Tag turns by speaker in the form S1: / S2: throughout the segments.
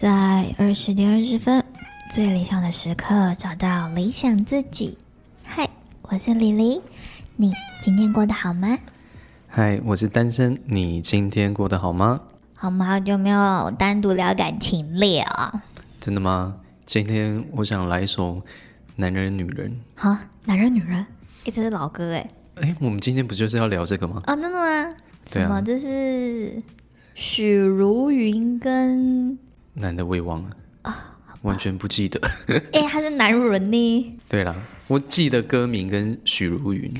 S1: 二十点二十分，最理想的时刻，找到理想自己。嗨，我是李黎，你今天过得好吗？
S2: 嗨，我是单身，你今天过得好吗？
S1: 我们好久没有单独聊感情了。
S2: 真的吗？今天我想来一首《男人女人》。
S1: 好，男人女人，哎，这是老歌哎。
S2: 哎，我们今天不就是要聊这个吗？
S1: 哦，真的吗？
S2: 对
S1: 什
S2: 啊
S1: 么？这是许茹芸 跟
S2: 男的我也忘了
S1: 啊
S2: 完全不记得。
S1: 哎，他是男人呢。
S2: 对啦，我记得歌名跟许茹芸，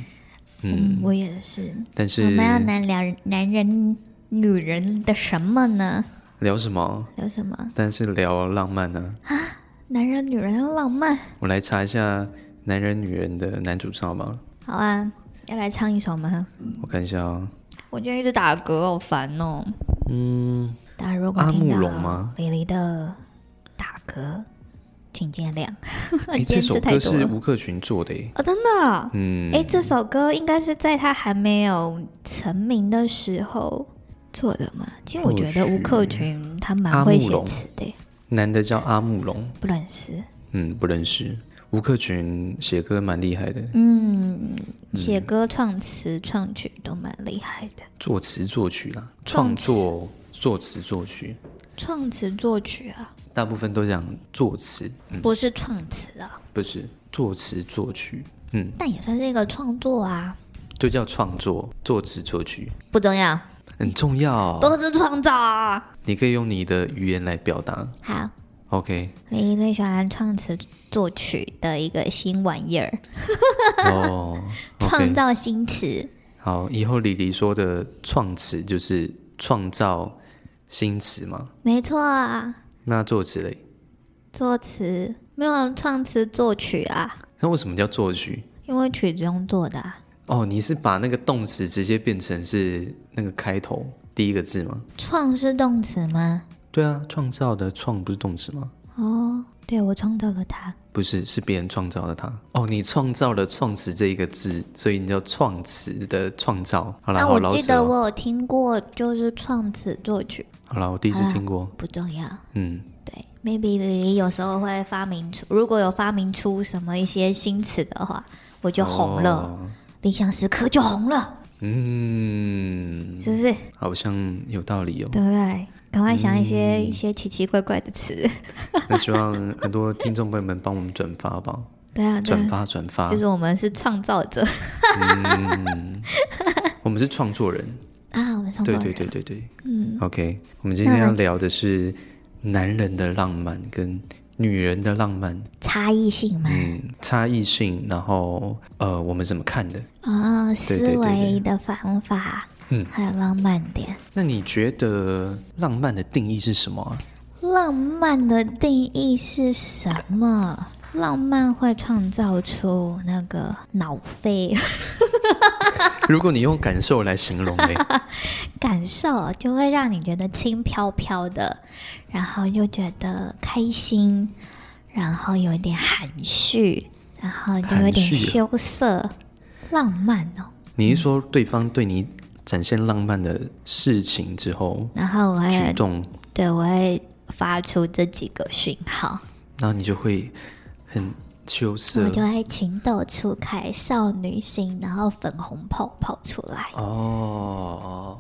S1: 嗯，我也是。
S2: 但
S1: 我
S2: 是
S1: 们要男聊男人、女人的什么呢？
S2: 聊什么？
S1: 聊什么？
S2: 但是聊浪漫呢、
S1: 男人、女人要浪漫。
S2: 我来查一下《男人女人》的男主唱吧，
S1: 好啊，要来唱一首吗？
S2: 我看一下哦。
S1: 我今天一直打嗝，好烦哦。
S2: 嗯，
S1: 大家如果
S2: 阿
S1: 听
S2: 慕
S1: 到
S2: 容吗
S1: 李黎的打嗝，请见谅。
S2: 哎，
S1: 你今
S2: 这
S1: 天吃
S2: 首
S1: 呃太
S2: 歌
S1: 多
S2: 是
S1: 了。
S2: 吴克群做的耶。
S1: 哦，真的哦。
S2: 嗯，
S1: 哎、这首歌应该是在他还没有成名的时候做的嘛？其实我觉得吴克群他蛮会写词的耶，
S2: 男的叫阿慕容，
S1: 不认识。
S2: 嗯，不认识。吴克群写歌蛮厉害的，
S1: 嗯，写歌、创词、创曲都蛮厉害的。
S2: 作词作曲啦，
S1: 创
S2: 创作作词作曲，
S1: 创词作曲啊，
S2: 大部分都讲作词，嗯，
S1: 不是创词啊，
S2: 不是作词作曲，嗯，
S1: 但也算是一个创作啊，
S2: 就叫创作，作词作曲
S1: 不重要，
S2: 很重要，哦
S1: 都是创造啊。
S2: 你可以用你的语言来表达。
S1: 好，
S2: OK，
S1: 你最喜欢创词作曲的一个新玩意儿，
S2: 哦，
S1: 创
S2: OK，
S1: 造新词。
S2: 好，以后李黎说的创词就是创造新词嘛，
S1: 没错啊。
S2: 那作词嘞，
S1: 作词没有创词作曲啊，
S2: 那为什么叫作曲？
S1: 因为曲子用做的、啊。
S2: 哦，你是把那个动词直接变成是那个开头第一个字吗？
S1: 创是动词吗？
S2: 对啊，创造的创不是动词吗？
S1: 哦，对，我创造了它。
S2: 不是，是别人创造的它。哦，你创造了“创词”这一个字，所以你叫创词的创造。好啦，
S1: 那
S2: 好
S1: 我
S2: 老
S1: 记
S2: 舍
S1: 得
S2: 哦。
S1: 我有听过，就是创词作曲
S2: 好啦，我第一次
S1: 好啦
S2: 听过。
S1: 不重要。
S2: 嗯，
S1: 对，maybe 你有时候会发明出，如果有发明出什么一些新词的话，我就红了，
S2: 哦
S1: 理想时刻就红了，
S2: 嗯，
S1: 是不是？
S2: 好像有 道理哦。
S1: 对不对？赶快想一些、
S2: 嗯
S1: 一些奇奇怪怪的词。
S2: 那希望很多听众朋友们帮我们转发吧，
S1: 对啊，对
S2: 转
S1: 啊，
S2: 发转发
S1: 就。是我们是创造者
S2: 我们是创作人，
S1: 啊，我们创造
S2: 对
S1: 人。
S2: 对对对对。
S1: 嗯，
S2: OK，我们今
S1: 那
S2: 天
S1: 来
S2: 要聊的是男人的浪漫跟女人的浪漫，
S1: 差异性嘛。
S2: 嗯，差异性，然后呃，我们怎么看的？
S1: 哦，
S2: 对
S1: 思
S2: 对对
S1: 维的方法，
S2: 嗯
S1: 还有浪漫点。
S2: 那你觉得浪漫的定义是什 么啊？
S1: 浪漫的定义是什么？浪漫会创造出那个脑肺
S2: 如果你用感受来形容嘞，
S1: 感受，啊就会让你觉得轻飘飘的，然后又觉得开心，然后有一点含蓄，然后就有
S2: 含
S1: 点
S2: 蓄啊
S1: 羞涩。浪漫哦，
S2: 你一说对方对你展现浪漫的事情之后，
S1: 然后我
S2: 举
S1: 会
S2: 动，
S1: 对我会发出这几个讯号。
S2: 然后你就会很羞
S1: 我
S2: 涩
S1: 就会情窦初开，少女心，然后粉红泡泡出来。
S2: 哦。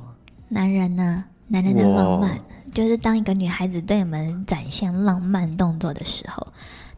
S1: 男人呢？男人的浪漫
S2: 哇
S1: 就是当一个女孩子对你们展现浪漫动作的时候，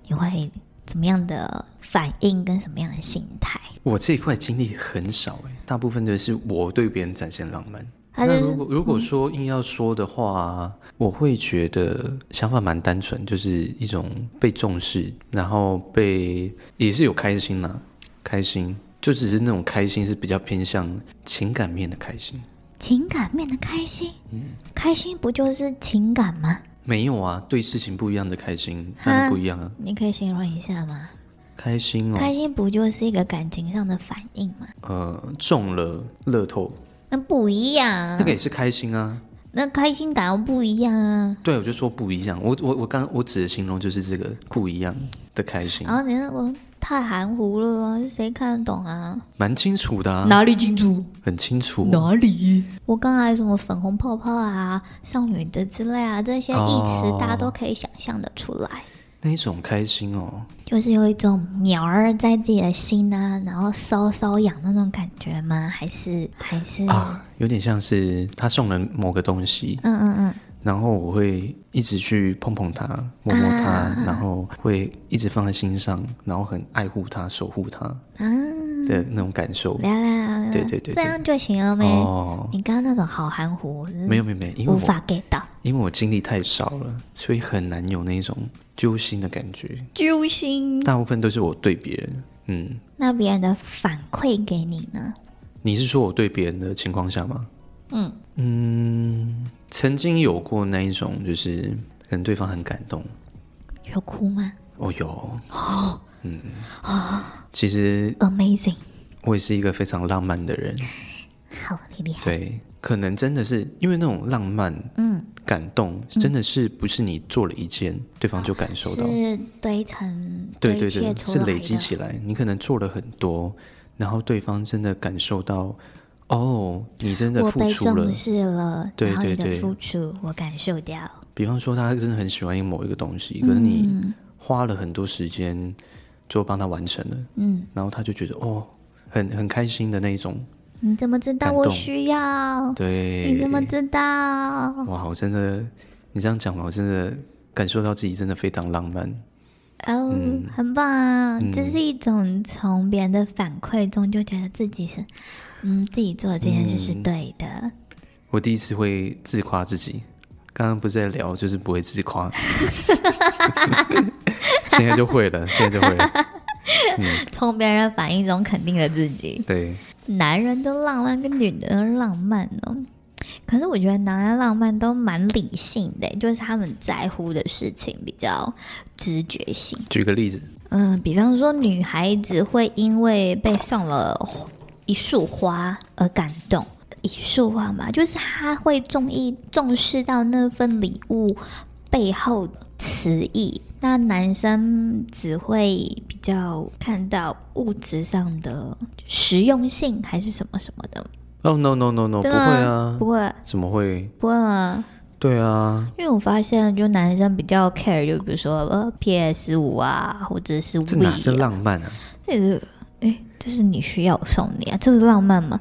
S1: 你会怎么样的反应跟什么样的心态？
S2: 我这一块经历很少哎，大部分的是我对别人展现浪漫。
S1: 还
S2: 那
S1: 是嗯
S2: 如果如果说硬要说的话，我会觉得想法蛮单纯，就是一种被重视，然后被也是有开心啦、开心就只是那种开心是比较偏向情感面的开心。
S1: 情感面的开心，
S2: 嗯
S1: 开心不就是情感吗？
S2: 没有啊，对事情不一样的开心，当然不一样啊。
S1: 你可以形容一下吗？
S2: 开心
S1: 开
S2: 哦，
S1: 心不就是一个感情上的反应吗？
S2: 呃，中了乐透，
S1: 那不一样
S2: 那
S1: 啊，
S2: 个也是开心啊。
S1: 那开心感又不一样啊。
S2: 对，
S1: 哦
S2: 我就说不一样。我我我刚我指的形容就是这个不一样的开心。
S1: 然后你那我太含糊了啊，谁看得懂啊？
S2: 蛮清楚的、啊，
S1: 哪里清楚？
S2: 很清楚。
S1: 里？我刚才什么粉红泡泡啊、少女的之类啊，这些意词
S2: 哦
S1: 大家都可以想象的出来。
S2: 那一种开心哦，
S1: 就是有一种鸟儿在自己的心呢、然后搔搔痒那种感觉吗？还是还是？
S2: 啊，有点像是他送了某个东西，
S1: 嗯嗯嗯，
S2: 然后我会一直去碰碰它、摸摸
S1: 啊
S2: 它，然后会一直放在心上，然后很爱护它、守护它
S1: 啊
S2: 的那种感受。
S1: 来来来来，
S2: 对对对对
S1: 这样就行了呗。
S2: 哦，
S1: 你刚刚那种好含糊，
S2: 没有没有没有，因为
S1: 无
S2: 我
S1: 法 get 到，
S2: 因为我经历太少了，所以很难有那种揪心的感觉。
S1: 揪心。
S2: 大部分都是我对别人，嗯，
S1: 那别人的反馈给你呢？
S2: 你是说我对别人的情况下吗？
S1: 嗯
S2: 嗯，曾经有过那一种，就是可能对方很感动，
S1: 有哭吗
S2: 哦有，嗯，
S1: 哦啊
S2: 其实
S1: ？Amazing，
S2: 我也是一个非常浪漫的人，
S1: 哦好你厉害。
S2: 对，可能真的是因为那种浪漫、
S1: 嗯，
S2: 感动，真的是不是你做了一件，对方就感受到，
S1: 是堆成
S2: 对对
S1: 堆砌
S2: 对，
S1: 出
S2: 是
S1: 来的，
S2: 累积起来。你可能做了很多，然后对方真的感受到，哦，你真的
S1: 我
S2: 付
S1: 被
S2: 出了
S1: 重。视了，
S2: 对
S1: 然后你
S2: 对
S1: 的
S2: 对
S1: 付出我感受掉。
S2: 比方说，他真的很喜欢某一个东
S1: 嗯
S2: 西，可是你花了很多时间就帮他完成了，
S1: 嗯，
S2: 然后他就觉得哦，很很开心的那一种。
S1: 你怎么知道
S2: 感
S1: 我
S2: 动
S1: 需要？
S2: 对，
S1: 哦你怎么知道？哦
S2: 哇，我真的，你这样讲完，我真的感受到自己真的非常浪漫。
S1: 哦，
S2: 嗯
S1: 很棒啊！这是一种从别人的反馈中就觉得自己是，嗯，自己做的这件事
S2: 嗯
S1: 是对的。
S2: 我第一次会自夸自己，刚刚不是在聊，就是不会自夸， 现在就会了，现在就会了。
S1: 从别人的反应中肯定了自己。
S2: 对，
S1: 男人的浪漫跟女人的浪漫哦，可是我觉得男人浪漫都蛮理性的，欸就是他们在乎的事情比较直觉性。
S2: 举个例子，
S1: 嗯、比方说女孩子会因为被送了花一束花而感动。一束花嘛，就是她会重意重视到那份礼物背后的词义。那男生只会比较看到物质上的实用性还是什么什么的，
S2: 哦、no no no no，不
S1: 真
S2: 会
S1: 的吗
S2: 啊
S1: 不，会
S2: 怎么会？
S1: 不会吗？
S2: 对啊，
S1: 因为我发现，就男生比较 care，就比如说呃 PS 五啊，或者是 V
S2: 这哪是浪漫啊？
S1: 这个，哎，这是你需要我送你啊，这是浪漫吗？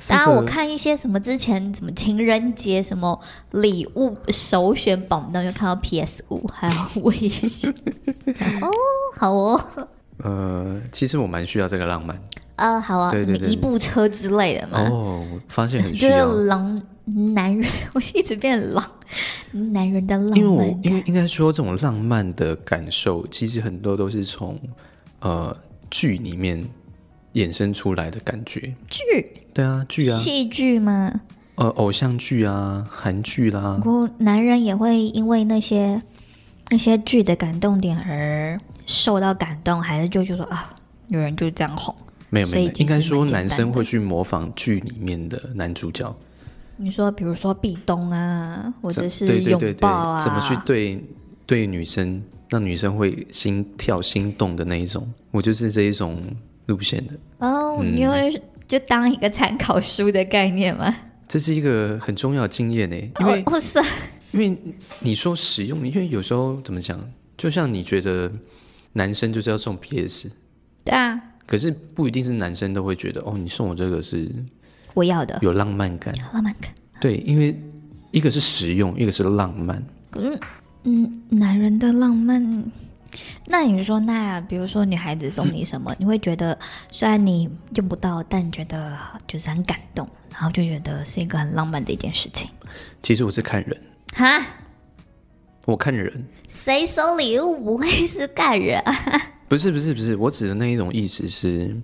S2: 这
S1: 当然，
S2: 个
S1: 我看一些什么之前什么情人节什么礼物首选榜单，就看到 PS 五还有 Wish。哦，好哦，
S2: 呃，其实我蛮需要这个浪漫
S1: 呃，好啊，
S2: 对对
S1: 什
S2: 对
S1: 么一部车之类的嘛，
S2: 哦，我发现很需
S1: 就
S2: 要，
S1: 是狼男人， 我一直变狼男人的浪
S2: 因为我
S1: 漫
S2: 因
S1: 感
S2: 为应该说这种浪漫的感受，其实很多都是从呃剧里面衍生出来的感觉。
S1: 剧
S2: 对啊，剧啊，
S1: 戏剧嘛，
S2: 呃，偶像剧啊，韩剧啦
S1: 不，过男人也会因为那些那些剧的感动点而受到感动，还是就觉得啊，女人就这样红。
S2: 没有
S1: 所
S2: 没
S1: 以
S2: 有，
S1: 其
S2: 应
S1: 实
S2: 该说
S1: 蛮简
S2: 男
S1: 单
S2: 生
S1: 的
S2: 会去模仿剧里面的男主角，
S1: 你说，比如说壁咚啊，或
S2: 怎
S1: 者是
S2: 对对
S1: 拥
S2: 对
S1: 抱啊，
S2: 对怎么去对对女生，让女生会心跳心动的那一种，我就是这一种路线的。
S1: 哦，
S2: 嗯
S1: 因为就当一个参考书的概念嘛。
S2: 这是一个很重要的经验呢，因为
S1: 哦，哦是啊，
S2: 因为你说实用，因为有时候怎么讲，就像你觉得男生就是要送 PS，
S1: 对啊，
S2: 可是不一定是男生都会觉得哦，你送我这个是
S1: 我要的
S2: 有浪漫感。
S1: 浪漫感。
S2: 对，因为一个是实用，一个是浪漫。
S1: 可是，嗯，男人的浪漫，那你说，那比如说女孩子送你什么，你会觉得虽然你用不到，但觉得就是很感动，然后就觉得是一个很浪漫的一件事情。
S2: 其实我是看人，
S1: 哈，
S2: 我看人，
S1: 谁收礼物不会是干人啊？
S2: 不是不是不是，我指的那一种意思是，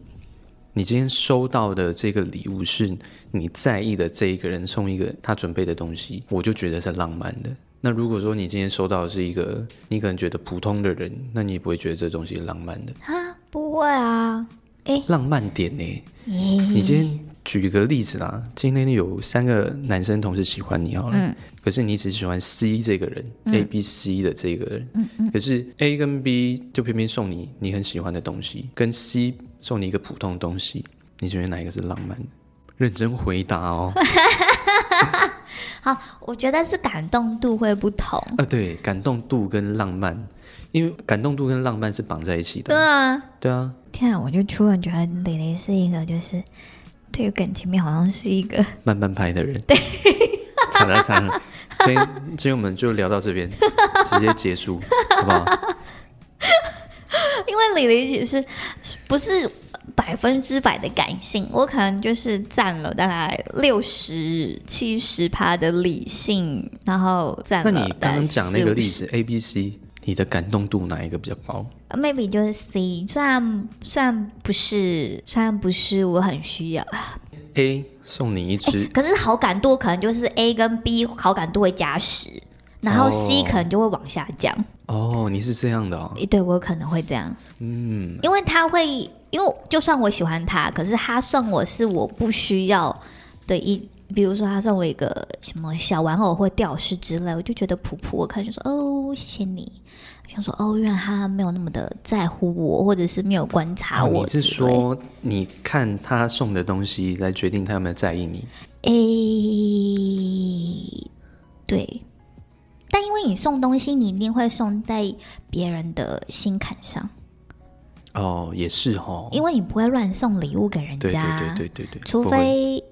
S2: 你今天收到的这个礼物是你在意的这一个人送一个他准备的东西，我就觉得是浪漫的。那如果说你今天收到的是一个你可能觉得普通的人，那你也不会觉得这东西浪漫的。
S1: 啊，不会啊。
S2: 浪漫点呢、
S1: 咦
S2: 你今天举一个例子啦，今天有三个男生同时喜欢你好了，
S1: 嗯
S2: 可是你只喜欢 C 这个人、a B、C 的这个人，
S1: 嗯
S2: 可是 A 跟 B 就偏偏送你你很喜欢的东西，跟 C 送你一个普通的东西，你觉得哪一个是浪漫的？认真回答 哦。
S1: 好，我觉得是感动度会不同。
S2: 啊，对，感动度跟浪漫，因为感动度跟浪漫是绑在一起
S1: 对
S2: 的。
S1: 啊，
S2: 对啊，
S1: 天啊，我就突然觉得蕾蕾是一个，就是对于感情面好像是一个，
S2: 慢慢拍的人。对，惨了惨了，今天今天我们就聊到这边，直接结束，好不好？
S1: 因为蕾蕾也是不是百分之百的感性，我可能就是占了大概六十七十趴的理性，然后占
S2: 那
S1: 了。
S2: 你刚刚讲那个例子 A、B、C，你的感动度哪一个比较高？
S1: ，maybe 就是 C，虽然虽然不是虽然不是我很需要，
S2: A 送你一支，
S1: 可是好感度可能就是 A 跟 B 好感度会加十，然后
S2: 哦
S1: C 可能就会往下降。
S2: 哦，你是这样的哦，
S1: 诶对我可能会这样，
S2: 嗯，
S1: 因为他会，因为就算我喜欢他，可是他送我是我不需要的一。比如说，他送我一个什么小玩偶或吊饰之类，我就觉得普普，我看就说哦，谢谢你。想说哦，原来他没有那么的在乎我，或者是没有观察啊
S2: 哦
S1: 我
S2: 你
S1: 之
S2: 是
S1: 类。
S2: 说你看他送的东西来决定他有没有在意你？
S1: 诶、对，但因为你送东西，你一定会送在别人的心坎上，
S2: 哦，也是哦，
S1: 因为你不会乱送礼物给人
S2: 对对
S1: 家，
S2: 对对对对，
S1: 除
S2: 不会
S1: 非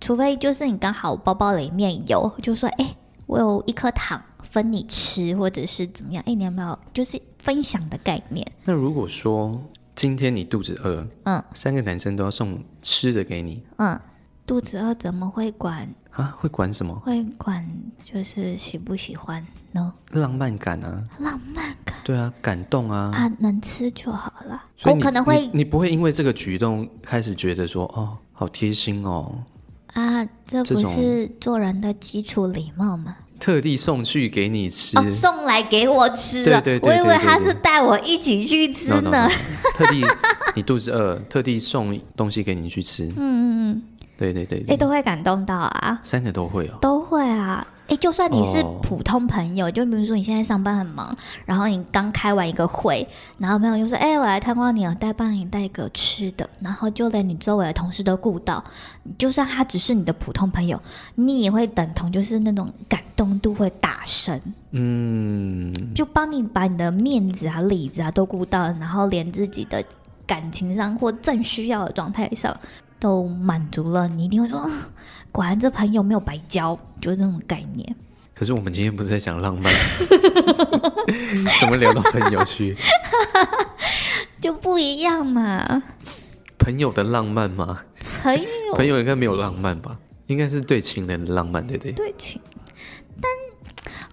S1: 除非就是你刚好包包里面有，就说诶，我有一颗糖分你吃，或者是怎么样，诶，你有没有就是分享的概念？
S2: 那如果说今天你肚子饿，
S1: 嗯，
S2: 三个男生都要送吃的给你
S1: 嗯，肚子饿怎么会管
S2: 啊，会管什么
S1: 会管就是喜不喜欢呢？
S2: 浪漫感啊？
S1: 浪漫感。
S2: 对啊，感动啊。
S1: 啊，能吃就好了。
S2: 所以
S1: 我
S2: 你
S1: 可能
S2: 你
S1: 会，
S2: 你不会因为这个举动开始觉得说，哦，好贴心哦，
S1: 啊，这
S2: 这
S1: 不
S2: 种
S1: 是做人的基础礼貌吗？
S2: 特地送去给你吃。
S1: 哦，送来给我吃了，
S2: 对对
S1: 我
S2: 对
S1: 以为
S2: 对对
S1: 他
S2: 对
S1: 是带我一起去吃
S2: No,
S1: 呢。哎
S2: no, no, no. 特地 你肚子饿，特地送东西给你去吃。嗯嗯嗯，对对对
S1: 哎、
S2: 对，
S1: 都会感动到啊，
S2: 三个都会哦。
S1: 都会啊。哎，就算你是
S2: 哦
S1: 普通朋友，就比如说你现在上班很忙，然后你刚开完一个会，然后朋友就说：“哎，我来探望你，我带帮你带个吃的。”然后就连你周围的同事都顾到，就算他只是你的普通朋友，你也会等同就是那种感动度会大升。
S2: 嗯，
S1: 就帮你把你的面子啊、里子啊都顾到，然后连自己的感情上或正需要的状态上都满足了，你一定会说，啊果然这朋友没有白交，就是这种概念。
S2: 可是我们今天不是在讲 浪漫，怎么聊到朋友 去？
S1: 就不一样嘛，
S2: 朋友的浪漫吗？
S1: 朋友
S2: 朋友应该没有浪漫吧？应该是对情人的浪漫，对不对？
S1: 对情，但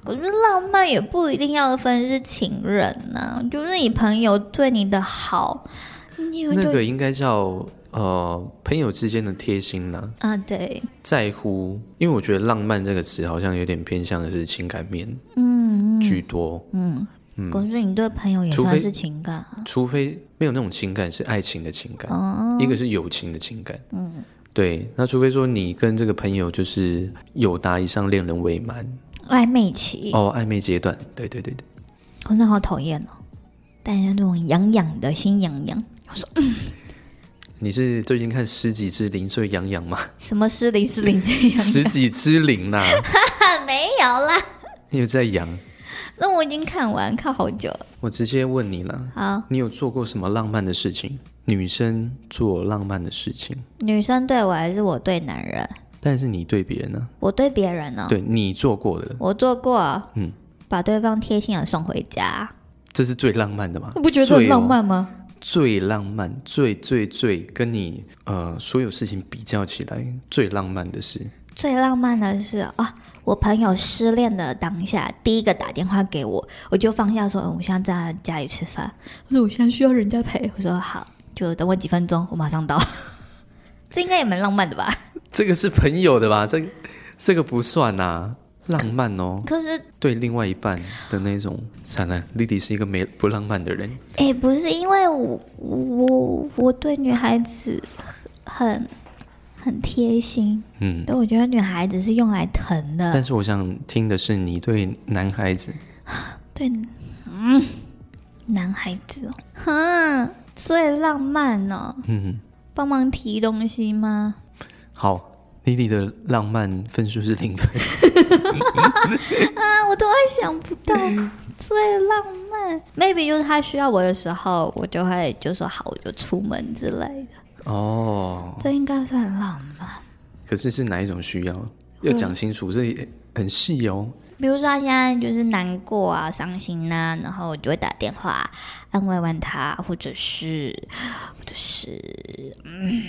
S1: 我觉得浪漫也不一定要分是情人呐、就是你朋友对你的好，你就、
S2: 那个应该叫呃朋友之间的贴心啦、
S1: 啊，对，
S2: 在乎。因为我觉得“浪漫”这个词好像有点偏向的是情感面
S1: 嗯嗯
S2: 居多，
S1: 嗯，可是你对朋友也
S2: 除
S1: 算
S2: 非
S1: 是情感啊，
S2: 除非没有那种情感是爱情的情感，
S1: 哦
S2: 一个是友情的情感。嗯，对。那除非说你跟这个朋友就是有达以上恋人未满
S1: 暧昧期，
S2: 哦，暧昧阶段。对对对对。
S1: 我真的好讨厌哦，带人家那种痒痒的心痒痒，
S2: 你是最近看《十几之零碎痒 痒》吗？
S1: 什么失灵失灵这样
S2: 十几之灵呐、
S1: 啊， 没有啦，
S2: 你有在痒？
S1: 那我已经看完，看好久了。
S2: 我直接问你啦，
S1: 好，
S2: 你有做过什么浪漫的事情？女生做浪漫的事情，
S1: 女生对我还是我对男人？
S2: 但是你对别人呢、
S1: 我对别人呢、
S2: 对你做过的，
S1: 我做过，啊
S2: 嗯，啊
S1: 把对方贴心的啊送回家，
S2: 这是最浪漫的嘛？
S1: 你不觉得
S2: 最
S1: 很
S2: 哦
S1: 浪？漫吗？
S2: 最浪漫，最最最跟你呃所有事情比较起来，最浪漫的事。
S1: 最浪漫的是啊，我朋友失恋的当下，第一个打电话给我，我就放下说，嗯我现在在家里吃饭，我说我现在需要人家陪，我说好，就等我几分钟，我马上到。 这应该也蛮浪漫的吧？
S2: 这个是朋友的吧？这这个不算啊，浪漫哦。
S1: 可是，
S2: 对另外一半的那种，惨了，丽丽是一个没不浪漫的人。
S1: 哎、不是因为我我我对女孩子很很贴心。
S2: 嗯，
S1: 对，我觉得女孩子是用来疼的
S2: 但。是我想听的是你对男孩子，
S1: 对，嗯，男孩子哦，哼，最浪漫哦，
S2: 嗯，
S1: 帮忙提东西吗？
S2: 好，Lily 的浪漫分数是零分，
S1: 啊，我都会想不 到最浪漫，maybe 就是他需要我的时候，我就会就说好，我就出门之类的，
S2: 哦，
S1: 这应该算浪漫。
S2: 可是是哪一种需要？要讲清楚，这也很细哦。
S1: 比如说他现在就是难过啊、伤心呐、然后我就会打电话安慰完他，或者是，或者是，嗯，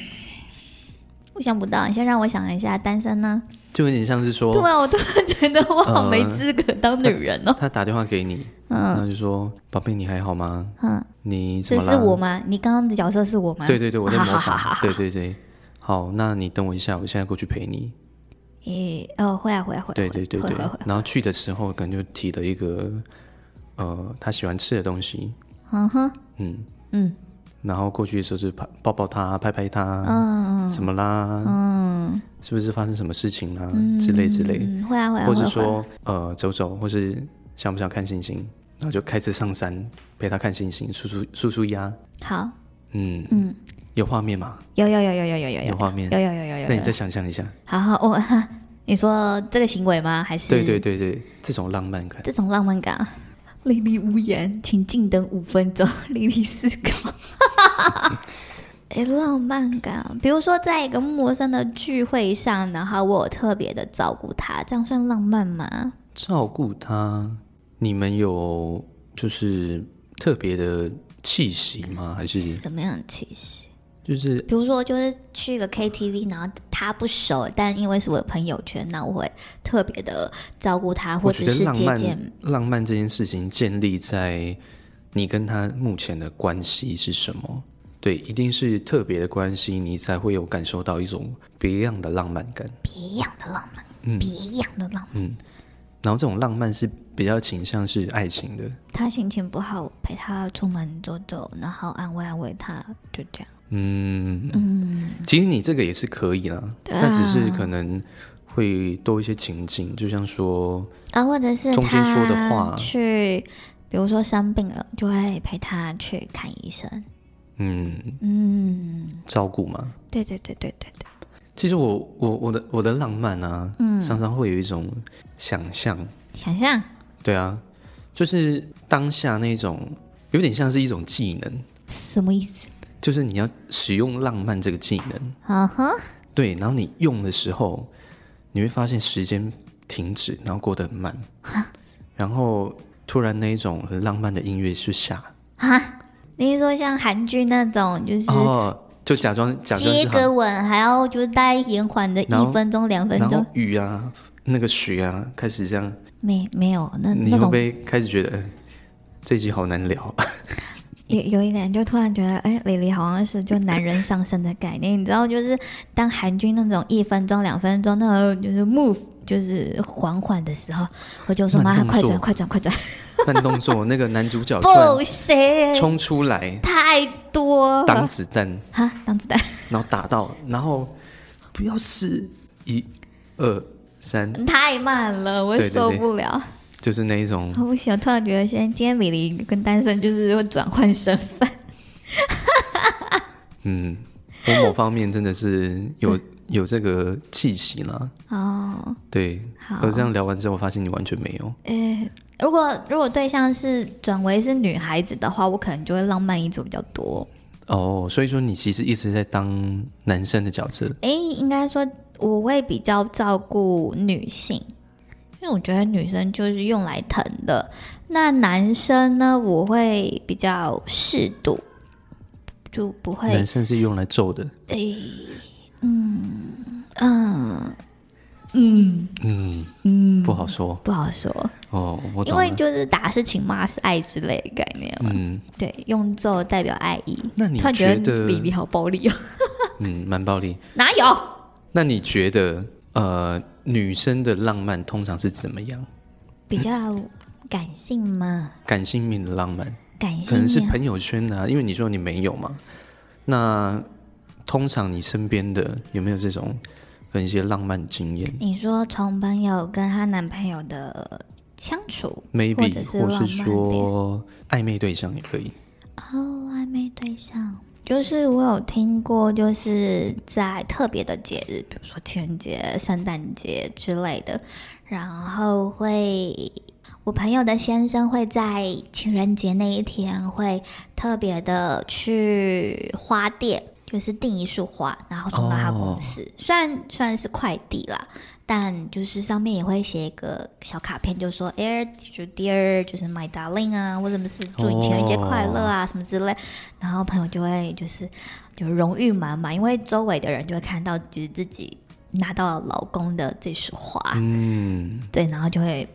S1: 我想不到，你先让我想一下，单身呢？
S2: 就有点像是说，
S1: 对啊，我突然觉得我好
S2: 呃
S1: 没资格当女人哦。
S2: 他打电话给你，然后就说：“宝贝，你还好吗？
S1: 嗯，
S2: 你怎
S1: 这
S2: 么
S1: 是
S2: 啦？”
S1: 我吗？你刚刚的角色是我吗？
S2: 对对对，我在模
S1: 好好好
S2: 仿
S1: 好。
S2: 对对对，好，那你等我一下，我现在过去陪你。
S1: 诶、哦，会啊会啊会啊，
S2: 对
S1: 会
S2: 对对
S1: 会
S2: 对
S1: 会会，
S2: 然后去的时候可能就提了一个呃他喜欢吃的东西，
S1: 嗯哼，
S2: 嗯，
S1: 嗯
S2: 然后过去的时候就拍抱抱他，拍拍他，
S1: 嗯
S2: 怎么啦？
S1: 嗯
S2: 是不是发生什么事情啦？
S1: 嗯
S2: 之类之类，
S1: 嗯，会啊会啊，
S2: 或者
S1: 会啊会啊
S2: 说呃走走，或是想不想看星星，然后就开车上山陪他看星星，舒舒舒舒压，
S1: 好，
S2: 嗯，
S1: 嗯，
S2: 有画面吗？
S1: 有有有有有有有
S2: 有画面
S1: 有有有有有，
S2: 那你再想象一下，
S1: 好好，我、哈你说这个行为吗？还是
S2: 对对对对，这种浪漫感。
S1: 这种浪漫感？丽丽无言，请静等五分钟。丽丽思考。 哎，浪漫感，啊比如说在一个陌生的聚会上，然后我有特别的照顾他，这样算浪漫吗？
S2: 照顾他，你们有就是特别的气息吗？还是
S1: 什么样的气息？
S2: 就是
S1: 比如说，就是去一个 KTV，然后他不熟，但因为是我的朋友圈，那我会特别的照顾他，或
S2: 我
S1: 者
S2: 觉得
S1: 是
S2: 浪
S1: 接见
S2: 漫浪漫这件事情建立在你跟他目前的关系是什么？对，一定是特别的关系，你才会有感受到一种别样的浪漫感。
S1: 别样的浪漫，
S2: 嗯
S1: 别样的浪漫。
S2: 然后这种浪漫是比较倾向是爱情的，
S1: 他心情不好，我陪他出门走走，然后安慰安慰他，就这样。
S2: 嗯，其实你这个也是可以啦，
S1: 对啊
S2: 那只是可能会多一些情境，就像说，
S1: 啊，或者是
S2: 中间说的话
S1: 他去，比如说生病了，就会陪他去看医生。
S2: 嗯，
S1: 嗯，
S2: 照顾嘛。
S1: 对对对对对对，
S2: 其实我我我的我的浪漫啊，
S1: 嗯
S2: 常常会有一种想象，
S1: 想象
S2: 对啊，就是当下那种有点像是一种技能，
S1: 什么意思？
S2: 就是你要使用浪漫这个技能，
S1: 啊哈，
S2: 对，然后你用的时候，你会发现时间停止，然后过得 很慢，然后突然那一种很浪漫的音乐就下，
S1: 你是说像韩剧那种，就是
S2: 哦，就假装假装
S1: 接
S2: 是
S1: 个
S2: 好，
S1: 吻，还要就是大概延缓的
S2: 然后
S1: 一分钟、两分
S2: 然后
S1: 钟？
S2: 雨啊，那个雪啊，开始这样，
S1: 没没有，那那
S2: 你会不
S1: 种
S2: 会开始觉得、呃这一集好难聊？啊
S1: 有有一点，就突然觉得，哎，李黎好像是就男人上身的概念，你知道，就是当韩剧那种一分钟、两分钟那种就是 move，就是缓缓的时候，我就说
S2: 慢
S1: 妈，快
S2: 动
S1: 转，
S2: 作
S1: 快转，快转，
S2: 慢动作，那个男主角突
S1: 不
S2: 然
S1: 行，
S2: 冲出来
S1: 太多
S2: 挡
S1: 了，
S2: 子弹，
S1: 哈，当子弹，
S2: 然后打到，然后不要死，一、二、三，
S1: 太慢了，我
S2: 嗯对对对
S1: 受不了，
S2: 就是那一种
S1: 我不行，我突然觉得现在今天李黎跟单身就是会转换身份，
S2: 嗯，我某方面真的是有
S1: 嗯
S2: 有这个气息啦。
S1: 哦，
S2: 对，
S1: 好
S2: 可是这样聊完之后，我发现你完全没有。
S1: 诶，如果如果对象是转为是女孩子的话，我可能就会浪漫一族比较多。
S2: 哦，所以说你其实一直在当男生的角色，
S1: 诶，应该说我会比较照顾女性，因为我觉得女生就是用来疼的。那男生呢，我会比较适度，就不会
S2: 男生是用来揍的。
S1: 诶，嗯嗯嗯，
S2: 嗯不好说
S1: 不好说，
S2: 哦，我
S1: 因
S2: 懂
S1: 为
S2: 了。
S1: 就是打是情，骂是爱之类的概念嘛。
S2: 嗯
S1: 对，用揍代表爱意。
S2: 那你
S1: 突然觉
S2: 觉得
S1: 李黎好暴力哦？
S2: 嗯，蛮暴力。
S1: 哪有？
S2: 那你觉得呃，女生的浪漫通常是怎么样？
S1: 比较感性嘛，
S2: 感性面的浪漫，
S1: 感性啊
S2: 可能是
S1: 面
S2: 朋友圈的啊，因为你说你没有嘛。那通常你身边的有没有这种跟一些浪漫经验
S1: 你说从朋友跟她男朋友的相处或
S2: ？maybe
S1: 者是
S2: 或
S1: 浪
S2: 是
S1: 漫
S2: 说暧昧对象也可以。
S1: 哦，暧昧对象就是我有听过，就是在特别的节日，比如说情人节、圣诞节之类的，然后会我朋友的先生会在情人节那一天会特别的去花店。就是订一束花，然后送到他公司。
S2: 哦
S1: 虽然虽然是快递啦，但就是上面也会写一个小卡片，就说 “Air”，就 “Dear”，就是 “My darling” 啊，或者是祝你情人节快乐啊、什么之类。然后朋友就会就是就荣誉满满，因为周围的人就会看到，就是自己拿到了老公的这束花，
S2: 嗯，
S1: 对，然后就会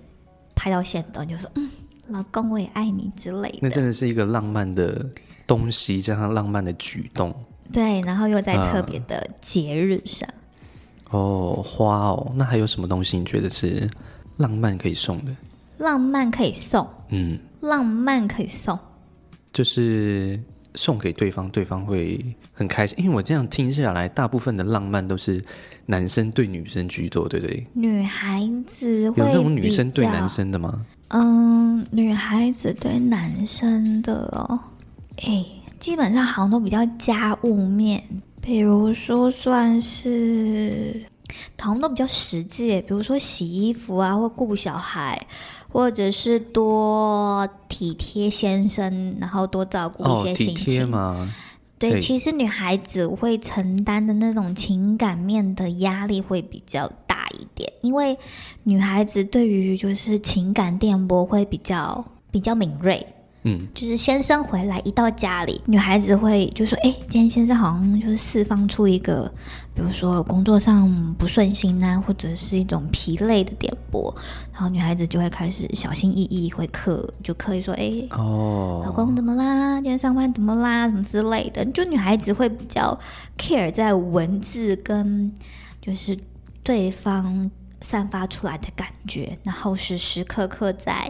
S1: 拍到现动，就说嗯，老公我也爱你之类
S2: 那
S1: 的，
S2: 真的是一个浪漫的东西，加上浪漫的举动
S1: 对，然后又在
S2: 啊
S1: 特别的节日上，
S2: 哦，花哦，那还有什么东西你觉得是浪漫可以送的？
S1: 浪漫可以送，
S2: 嗯，
S1: 浪漫可以送，
S2: 就是送给对方，对方会很开心。因为我这样听下来，大部分的浪漫都是男生对女生居多，对不对？
S1: 女孩子会
S2: 有那种女
S1: 比
S2: 生对
S1: 较
S2: 男生的吗？
S1: 嗯，女孩子对男生的哦，哎，基本上好像都比较家务面，比如说算是，好像都比较实际，比如说洗衣服啊，或顾小孩，或者是多体贴先生，然后多照啊顾一
S2: 哦，
S1: 些
S2: 体
S1: 心
S2: 贴
S1: 情。
S2: 嘛，
S1: 对，
S2: 对
S1: 其实女孩子会承担的那种情感面的压力会比较大一点，因为女孩子对于就是情感电波会比较比较敏锐。
S2: 嗯，
S1: 就是先生回来一到家里，女孩子会就说：“哎、今天先生好像就是释放出一个，比如说工作上不顺心啊，或者是一种疲累的电波。”然后女孩子就会开始小心翼翼，会刻就刻意说：“哎、老
S2: 哦，
S1: 公怎么啦？今天上班怎么啦？什么之类的，就女孩子会比较 care 在文字跟就是对方散发出来的感觉，然后时时刻刻在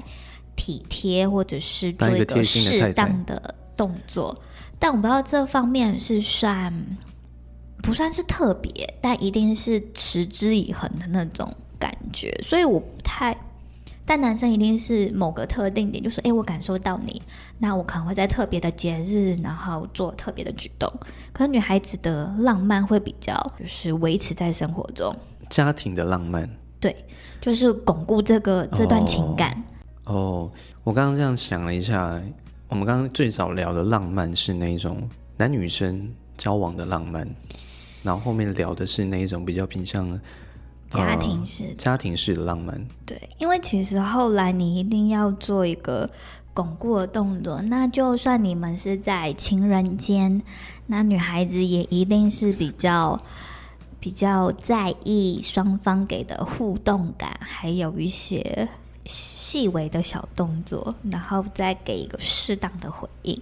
S1: 体贴或者是做
S2: 当一
S1: 一
S2: 个
S1: 个
S2: 贴心的
S1: 适
S2: 太太
S1: 当的动作。但我不知道这方面是算不算是特别，但一定是持之以恒的那种感觉，所以我不太。但男生一定是某个特定点，就是诶，我感受到你，那我可能会在特别的节日，然后做特别的举动。可是女孩子的浪漫会比较，就是维持在生活中，
S2: 家庭的浪漫。
S1: 对，就是巩固这个这段情感。
S2: 哦，我刚刚这样想了一下，我们刚刚最早聊的浪漫是那一种男女生交往的浪漫，然后后面聊的是那一种比较偏向
S1: 家庭式
S2: 呃、家庭式的浪漫。
S1: 对，因为其实后来你一定要做一个巩固的动作，那就算你们是在情人间，那女孩子也一定是比较比较在意双方给的互动感，还有一些细微的小动作，然后再给一个适当的回应。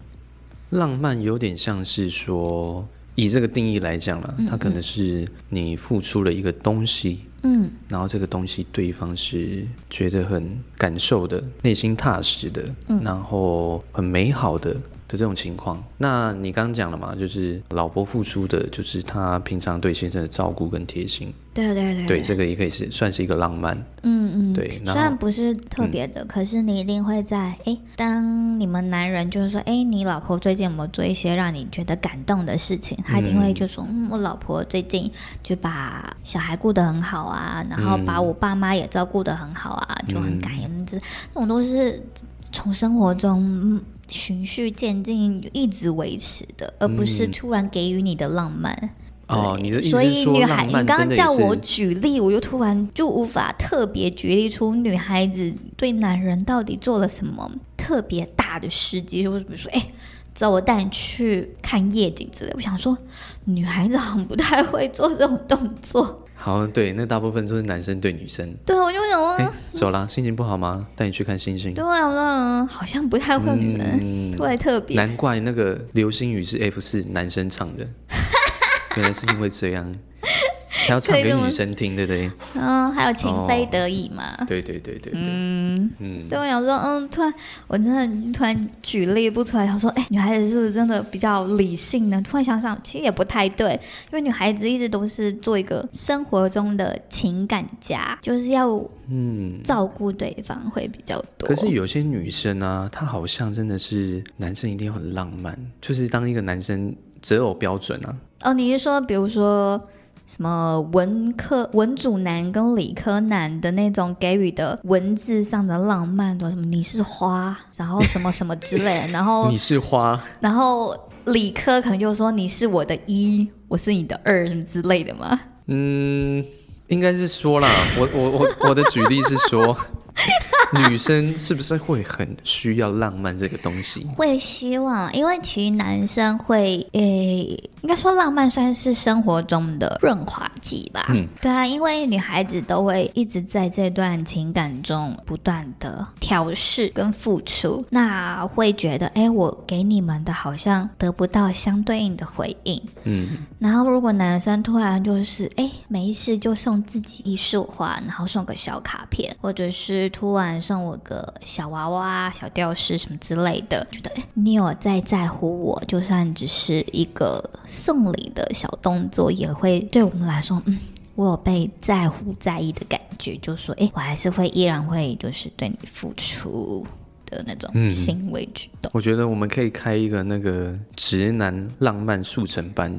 S2: 浪漫有点像是说，以这个定义来讲啦，它可能是你付出了一个东西，
S1: 嗯，
S2: 然后这个东西对方是觉得很感受的，内心踏实的，
S1: 嗯
S2: 然后很美好的的这种情况。那你刚刚讲了嘛，就是老婆付出的，就是她平常对先生的照顾跟贴心，
S1: 对对对
S2: 对，这个也可以是算是一个浪漫，
S1: 嗯嗯，
S2: 对然
S1: 虽
S2: 后嗯
S1: 然不是特别的，可是你一定会在诶，当你们男人就是说，诶，你老婆最近有没有做一些让你觉得感动的事情？他一定会就说，嗯，我老婆最近就把小孩顾得很好啊，然后把我爸妈也照顾得很好啊，
S2: 嗯
S1: 就很感恩。这那种都是从生活中。嗯循序渐进，一直维持的，而不
S2: 嗯
S1: 是突然给予你的浪漫。
S2: 哦，
S1: 对
S2: 你的意
S1: 所
S2: 思
S1: 以
S2: 是说
S1: 女孩，
S2: 浪
S1: 你
S2: 漫
S1: 刚刚
S2: 真的也
S1: 叫我
S2: 是？
S1: 举例，我就突然就无法特别举例出女孩子对男人到底做了什么特别大的事迹，就是比如说，哎、走，我带你去看夜景之类。我想说，女孩子好像不太会做这种动作。
S2: 好，对，那大部分都是男生对女生。
S1: 对，我就想说，
S2: 哎，走啦，心情不好吗？带你去看星星
S1: 嗯对。我想说，嗯好像不太会有女生、
S2: 嗯
S1: 会特别
S2: 难怪那 个流星雨是 F 四男生唱的，原来是因为这样。还要唱
S1: 可以
S2: 给
S1: 这么
S2: 女生听，对不对？
S1: 嗯，还有情非
S2: 哦
S1: 得已嘛。
S2: 对对对对对，
S1: 嗯，
S2: 嗯，
S1: 对，我想说，嗯，突然我真的突然举例不出来，想说，哎、女孩子是不是真的比较理性呢？突然想想，其实也不太对，因为女孩子一直都是做一个生活中的情感家，就是要
S2: 嗯。
S1: 照顾对方会比较多。
S2: 可是有些女生啊，她好像真的是男生一定要很浪漫，就是当一个男生择偶标准啊，
S1: 哦，你是说，比如说什么文科文主男跟理科男的那种给予的文字上的浪漫的，什么你是花，然后什么什么之类的，然后
S2: 你是花，
S1: 然后理科可能就说你是我的一，我是你的二，什么之类的嘛。
S2: 嗯，应该是说啦，我我我我的举例是 说，女生是不是会很需要浪漫这个东西？
S1: 会希望，因为其实男生会，诶、应该说浪漫算是生活中的润滑剂吧。
S2: 嗯，
S1: 对啊，因为女孩子都会一直在这段情感中不断的调试跟付出，那会觉得，哎、我给你们的好像得不到相对应的回应。
S2: 嗯，
S1: 然后如果男生突然就是，哎，没事就送自己一束花，然后送个小卡片，或者是突然送我个小娃娃、小吊饰什么之类的，觉得哎，诶你有在在乎我，就算只是一个送礼的小动作，也会对我们来说，嗯。我有被在乎、在意的感觉，就说，哎、我还是会依然会就是对你付出的那种
S2: 嗯
S1: 行为举动。
S2: 我觉得我们可以开一个那个直男浪漫速 成班，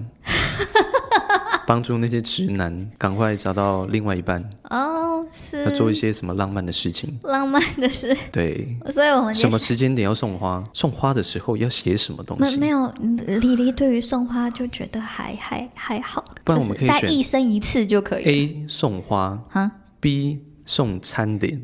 S2: 帮助那些直男赶快找到另外一半，
S1: 哦，
S2: 要做一
S1: 是
S2: 些什么浪漫的事情。
S1: 浪漫的事，
S2: 对，
S1: 所以我们
S2: 什
S1: 就
S2: 么时间点要送花？送花的时候要写什么东
S1: 没
S2: 西？
S1: 没有，李黎对于送花就觉得还还还好，
S2: 不然
S1: 就
S2: 我们
S1: 是
S2: 可以
S1: 大概
S2: 选
S1: 一生一次就可以
S2: A 送花
S1: 啊。
S2: ，B 送餐点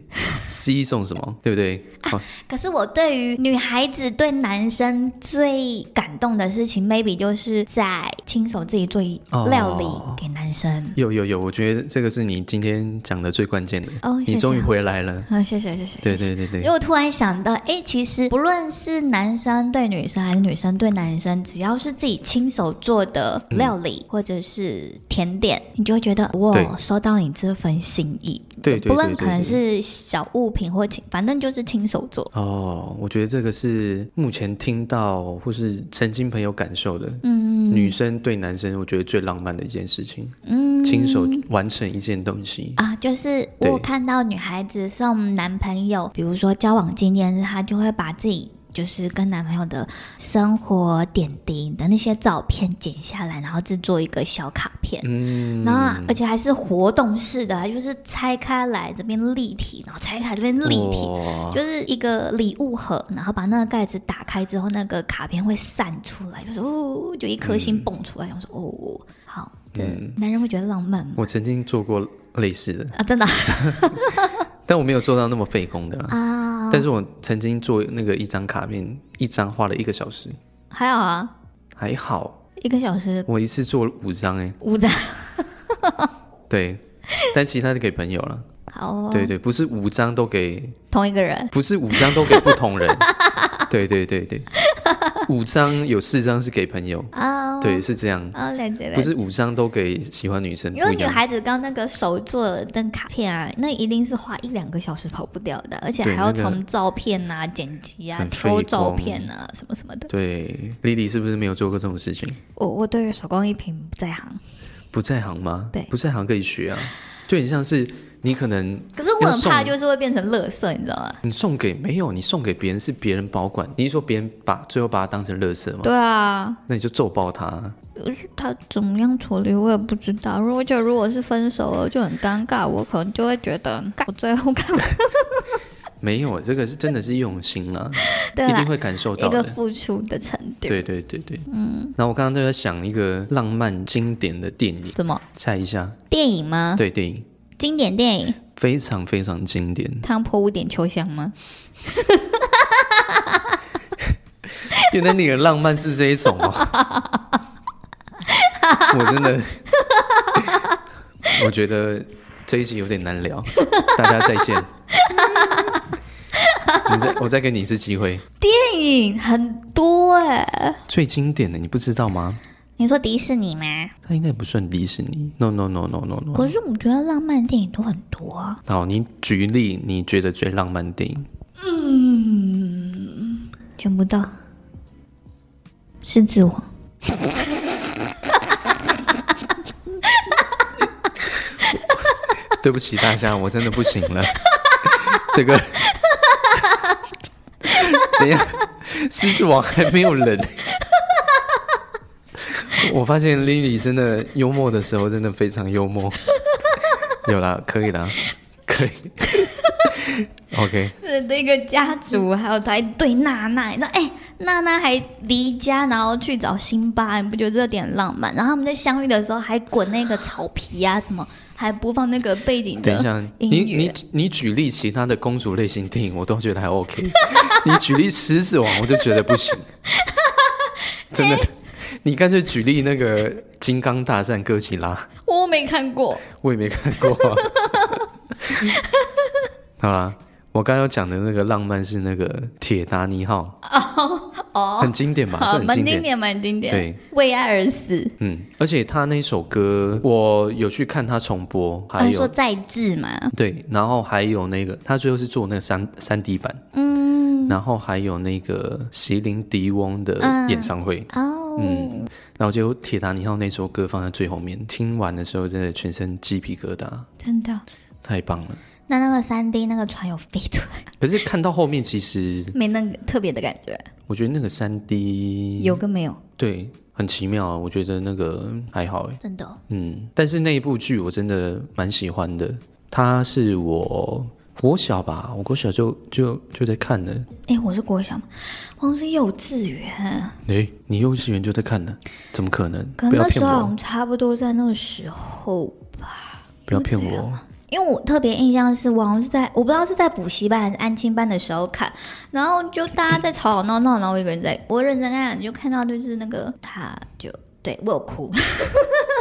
S2: ，C 送什么？对不对？好、
S1: 可是我对于女孩子对男生最感动的事情，maybe 就是在亲手自己做一
S2: 哦
S1: 料理给男生。
S2: 有有有，我觉得这个是你今天讲的最关键的。
S1: 哦谢谢
S2: 你终于回来了。
S1: 啊，谢谢谢谢。
S2: 对
S1: 谢谢。
S2: 对对
S1: 因
S2: 对
S1: 为，我突然想到，哎，其实不论是男生对女生还是女生对男生，只要是自己亲手做的料理、或者是甜点，你就会觉得
S2: 嗯对
S1: 哇，收到你这份心意。
S2: 对对对
S1: 不论
S2: 对
S1: 可能
S2: 对
S1: 是小物品或亲，反正就是亲手做。
S2: 哦，我觉得这个是目前听到或是曾经朋友感受的，
S1: 嗯
S2: 女生对男生，我觉得最浪漫的一件事情，
S1: 嗯
S2: 亲手完成一件东西。
S1: 啊，就是我有
S2: 对
S1: 看到女孩子送男朋友，比如说交往纪念日，她就会把自己。就是跟男朋友的生活点滴的那些照片剪下来，然后制作一个小卡片，
S2: 嗯，
S1: 然后啊而且还是活动式的啊，就是拆开来这边立体，然后拆开来这边立
S2: 哦
S1: 体，
S2: 哇
S1: 就是一个礼物盒，然后把那个盖子打开之后，那个卡片会散出来，就是哦，就一颗星蹦出来，然后
S2: 嗯
S1: 说哦，好，这男人会觉得浪漫吗？
S2: 我曾经做过类似的，
S1: 啊，真的啊
S2: 但我没有做到那么费工的啦。
S1: 啊，
S2: 但是我曾经做那个一张卡片，一张花了一个小时，
S1: 还好啊，
S2: 还好，
S1: 一个小时
S2: 我一次做了五张哎、
S1: 五张，
S2: 对，但其他的给朋友了。
S1: 好、哦，
S2: 对对，不是五张都给，
S1: 同一个人，
S2: 不是五张都给不同人。 对对对对，五张有四张是给朋友，
S1: 啊、
S2: 对，是这样，
S1: 啊、了解了
S2: 不
S1: 解。
S2: 是五张都给喜欢女生，
S1: 因为
S2: 不一
S1: 女
S2: 样。
S1: 孩子刚那个手做的那卡片啊，那一定是花一两个小时跑不掉的，而且
S2: 对
S1: 还要
S2: 那个
S1: 从照片啊、剪辑啊、
S2: 很费
S1: 挑照
S2: 工
S1: 片啊什么什么的。
S2: 对，莉莉是不是没有做过这种事情？
S1: 我我对于手工艺品不在行，
S2: 不在行吗？
S1: 对
S2: 不在行可以学啊，就很像是你可能
S1: 可是我
S2: 要
S1: 很怕
S2: 送
S1: 就是会变成垃圾，你知道吗？
S2: 你送给没有，你送给别人是别人保管，你是说别人把最后把它当成垃圾吗？
S1: 对啊，
S2: 那你就揍爆他。
S1: 他怎么样处理我也不知道。如果就如果是分手了，就很尴尬，我可能就会觉得，干我最后干嘛？
S2: 没有，这个是真的是用心了，
S1: 对 啊
S2: 一定
S1: 啦，
S2: 会感受
S1: 一
S2: 到
S1: 个
S2: 的。
S1: 付出的程度。
S2: 对对对对，嗯。然后我刚刚就在想一个浪漫经典的电影，
S1: 怎么
S2: 猜一下，
S1: 电影吗？
S2: 对电影
S1: 经典电影《
S2: 非常非常经典，
S1: 汤婆五点秋香》吗？
S2: 原来你的浪漫是这一种哦， 我真的， 我觉得这一集有点难聊，大家再见。你再，我再给你一次机会。
S1: 电影很多哎、
S2: 最经典的，你不知道吗？
S1: 你你说迪士尼吗？
S2: 它应该不算迪士尼。No no no no no no。
S1: 可是我觉得浪漫电影都很多啊。
S2: 好，你举例，你觉得最浪漫的电影？
S1: 想不到，狮子王。
S2: 对不起大家，我真的不行了。 这个，等一下，狮子王还没有人。 我发现 Lily 真的幽默的时候真的非常幽默。有啦，可以啦，可以。OK，
S1: 是那个家
S2: 嗯
S1: 族，还有他还对娜娜，你知道，哎、娜娜还离家，然后去找辛巴，你不觉得这点浪漫？然后他们在相遇的时候还滚那个草皮啊，什么，还播放那个背景
S2: 等一下
S1: 的，
S2: 你
S1: 音
S2: 你
S1: 乐。
S2: 你举例其他的公主类型电影，我都觉得还 OK。你 举例狮子王，我就觉得不 行，真
S1: 哎
S2: 的。你干脆举例那个《金刚大战哥吉拉》，
S1: 我没看过，
S2: 我也没看过、 啊。好啦，我刚刚讲的那个浪漫是那个《铁达尼号》哦，很经典吧？
S1: 好，
S2: 这很
S1: 蛮
S2: 经
S1: 经
S2: 典。
S1: 典，蛮经典。
S2: 对，
S1: 为爱而死。
S2: 嗯，而且他那首歌，我有去看他重播，还
S1: 你
S2: 有、
S1: 哦说再治嘛，
S2: 对，然后还有那个，他最后是做那个三三 D 版，嗯，然后还有那个席琳迪翁的演唱会，
S1: 哦，
S2: 嗯，然后就《铁达尼号》那首歌放在最后面，听完的时候真的全身鸡皮疙瘩，
S1: 真的。
S2: 太棒了。
S1: 那那个三 D 那个船有飞出来，
S2: 可是看到后面，其实
S1: 没那个特别的感觉，
S2: 我觉得那个三 D
S1: 有跟没有，
S2: 对很奇妙啊，我觉得那个还好哎，
S1: 真的哦。
S2: 嗯，但是那一部剧我真的蛮喜欢的，它是我国小吧，我国小就就就在看了。
S1: 哎、我是国小嘛，我是幼稚园，
S2: 诶、你幼稚园就在看了？怎么可能？
S1: 可
S2: 不
S1: 能
S2: 要
S1: 那时
S2: 骗
S1: 候好
S2: 我！
S1: 像差不多在那个时候，
S2: 不要骗
S1: 幼稚园
S2: 我！
S1: 因为我特别印象是，我好像是在我不知道是在补习班还是安亲班的时候看，然后就大家在吵吵闹闹，然后我一个人在，我认真看，就看到就是那个他就对我有哭，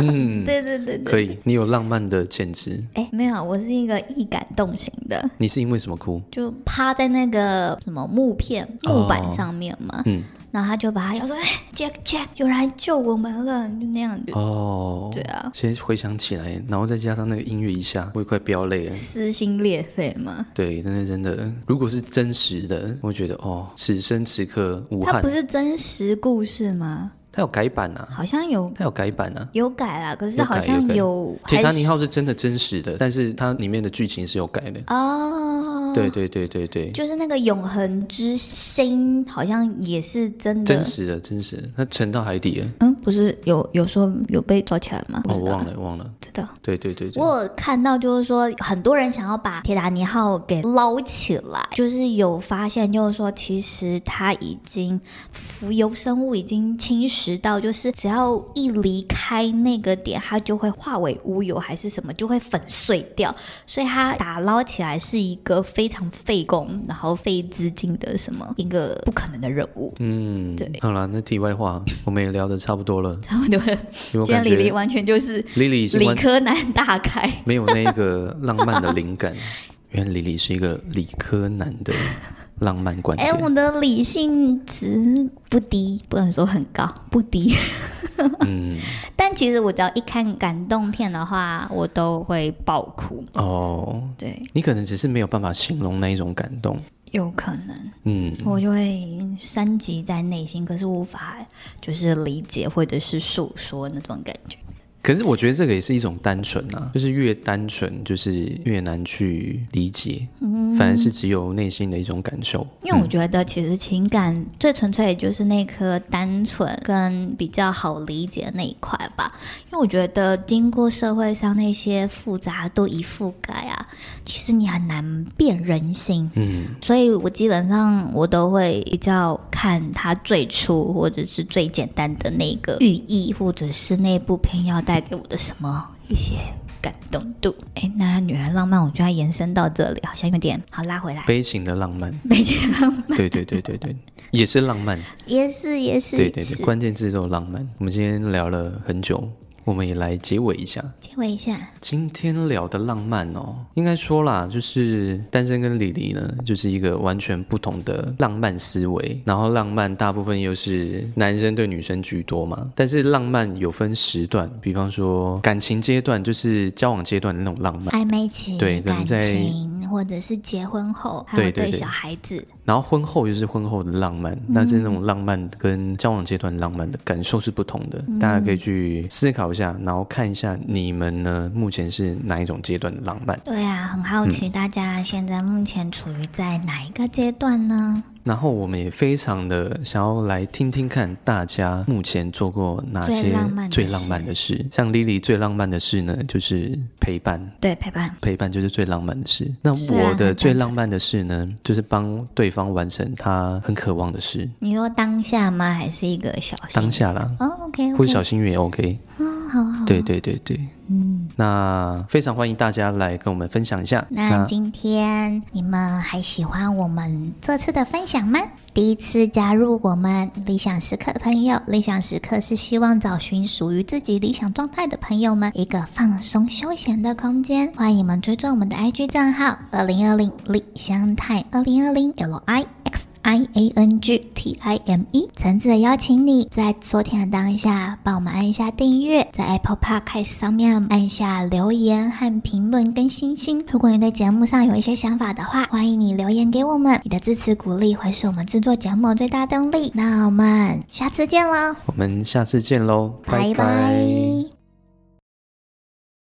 S2: 嗯，
S1: 对对 对对，
S2: 可以，你有浪漫的潜质。
S1: 哎、没有啊，我是一个易感动型的，
S2: 你是因为什么哭？
S1: 就趴在那个什么木片木板上面嘛，
S2: 嗯，
S1: 然后他就把他要说，哎、j a c k Jack，有人来救我们了，就那样就
S2: 哦，
S1: 对啊，
S2: 先回想起来，然后再加上那个音乐一下，我也快飙泪了。
S1: 撕心裂肺嘛。
S2: 对，真的真的，如果是真实的，我觉得哦，此生此刻无
S1: 它
S2: 憾
S1: 不。是真实故事吗？
S2: 它有改版啊，
S1: 好像有
S2: 它有改版啊。
S1: 有改啦，可是
S2: 有改
S1: 好像
S2: 有改
S1: 有
S2: 《铁
S1: 还
S2: 达尼
S1: 是
S2: 号》是真的真实的，但是它里面的剧情是有改的。
S1: 哦，
S2: 对，对对对对，
S1: 就是那个永恒之心，好像也是真的。
S2: 真实的真实的，它沉到海底了。
S1: 嗯，不是有有说有被抓起来吗？
S2: 哦，
S1: 不知
S2: 我
S1: 道
S2: 忘了忘了。
S1: 知道。
S2: 对对对对，
S1: 我有看到，就是说很多人想要把铁达尼号给捞起来，就是有发现，就是说其实它已经浮游生物已经侵蚀到，就是只要一离开那个点，它就会化为乌有，还是什么就会粉碎掉，所以它打捞起来是一个非常费工，然后费资金的什么一个不可能的任务。
S2: 嗯
S1: 对，
S2: 好了，那题外话，我们也聊得差不多了。
S1: 然后就会，
S2: 因为我
S1: 今天
S2: 感
S1: 李黎
S2: 觉
S1: 完全就是
S2: 李李已经
S1: 理
S2: 完
S1: 科男大开，
S2: 没有那个浪漫的灵感。原来李李是一个理科男的浪漫观
S1: 哎、
S2: 点。
S1: 我的理性值不低，不能说很高，不低。
S2: 嗯，
S1: 但其实我只要一看感动片的话，我都会爆哭。
S2: 哦，
S1: 对，
S2: 你可能只是没有办法形容那一种感动。
S1: 有可能
S2: 嗯，
S1: 我就会升级在内心，可是无法就是理解或者是诉说那种感觉。
S2: 可是我觉得这个也是一种单纯啊，就是越单纯，就是越难去理解，
S1: 嗯
S2: 反而是只有内心的一种感受。
S1: 因为我觉得，其实情感最纯粹的就是那颗单纯跟比较好理解的那一块吧。因为我觉得，经过社会上那些复杂度一覆盖啊，其实你很难辨人心。
S2: 嗯，
S1: 所以我基本上我都会比较看它最初或者是最简单的那个寓意，或者是那部片要带给我的什么一些感动度。哎，那女人浪漫，我就要延伸到这里，好像有点好拉回来。
S2: 悲情的浪漫，
S1: 北京浪漫
S2: 对对对对对，也是浪漫，
S1: 也是也是
S2: 对
S1: 也
S2: 对对，
S1: 是，
S2: 关键字都有浪漫。我们今天聊了很久，我们也来结尾一下。
S1: 结尾一下，
S2: 今天聊的浪漫哦，应该说啦，就是单身跟李黎呢，就是一个完全不同的浪漫思维。然后浪漫大部分又是男生对女生居多嘛，但是浪漫有分时段，比方说感情阶段，就是交往阶段的那种浪漫。
S1: 暧昧期、
S2: 对可能
S1: 感
S2: 在
S1: 情，或者是结婚后，还有
S2: 对对对
S1: 小孩子，
S2: 然后婚后就是婚后的浪漫，
S1: 嗯
S2: 那是那种浪漫跟交往阶段浪漫的感受是不同的，
S1: 嗯
S2: 大家可以去思考一下，然后看一下你们呢目前是哪一种阶段的浪漫。
S1: 对啊，很好奇
S2: 嗯
S1: 大家现在目前处于在哪一个阶段呢？
S2: 然后我们也非常的想要来听听看大家目前做过哪
S1: 最
S2: 些
S1: 浪漫的
S2: 最浪漫的事。像 Lily 最浪漫的事呢，就是陪伴。
S1: 对，陪伴，
S2: 陪伴就是最浪漫的事。那
S1: 虽然
S2: 我的
S1: 很
S2: 最
S1: 单纯
S2: 浪漫的事呢，就是帮对方完成他很渴望的事，
S1: 你说当下吗？还是一个小时？
S2: 当下啦，
S1: 哦，OK，
S2: 或者小心愿也 OK。
S1: 好好。
S2: 对对对对，嗯，那非常欢迎大家来跟我们分享一下。
S1: 那今天你们还喜欢我们这次的分享吗？第一次加入我们理想时刻朋友，理想时刻是希望找寻属于自己理想状态的朋友们一个放松休闲的空间。欢迎你们追踪我们的 IG 账号二零二零李香泰二零二零 L I X。I A N G T I M E，诚挚的邀请你在收听的当下，帮我们按一下订阅，在 Apple Podcast 上面按下留言和评论跟星星。如果你对节目上有一些想法的话，欢迎你留言给我们，你的支持鼓励会是我们制作节目最大动力。那我们下次见喽，
S2: 我们下次见喽，
S1: 拜
S2: 拜
S1: 拜